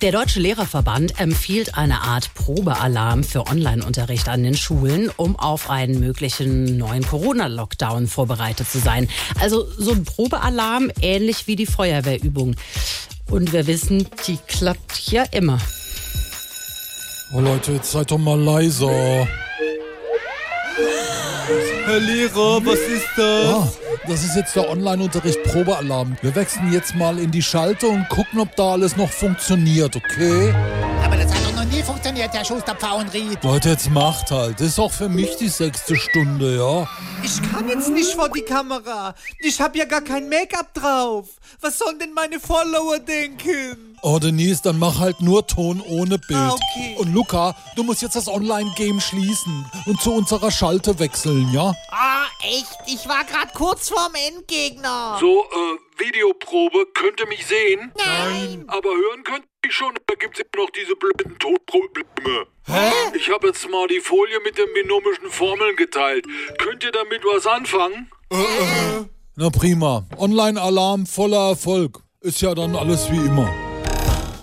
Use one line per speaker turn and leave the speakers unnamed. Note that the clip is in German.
Der Deutsche Lehrerverband empfiehlt eine Art Probealarm für Online-Unterricht an den Schulen, um auf einen möglichen neuen Corona-Lockdown vorbereitet zu sein. Also so ein Probealarm, ähnlich wie die Feuerwehrübung. Und wir wissen, die klappt ja immer.
Oh Leute, jetzt seid doch mal leiser.
Herr Lehrer, was ist das?
Ah, das ist jetzt der Online-Unterricht Probealarm. Wir wechseln jetzt mal in die Schalte und gucken, ob da alles noch funktioniert, okay?
Aber das hat doch noch nie funktioniert, Herr Schuster-Pfauenried.
Leute, jetzt macht halt. Das ist auch für mich die sechste Stunde, ja?
Ich kann jetzt nicht vor die Kamera. Ich habe ja gar kein Make-up drauf. Was sollen denn meine Follower denken?
Oh, Denise, dann mach halt nur Ton ohne Bild.
Ah, okay.
Und Luca, du musst jetzt das Online-Game schließen und zu unserer Schalte wechseln, ja?
Ah, echt? Ich war gerade kurz vorm Endgegner.
So, äh, Videoprobe, könnte mich sehen,
Nein.
aber hören könnt ihr schon. Da gibt's immer noch diese blöden Tonprobleme. Hä? Ich habe jetzt mal die Folie mit den binomischen Formeln geteilt. Könnt ihr damit was anfangen?
Äh, Na prima. Online-Alarm voller Erfolg. Ist ja dann alles wie immer.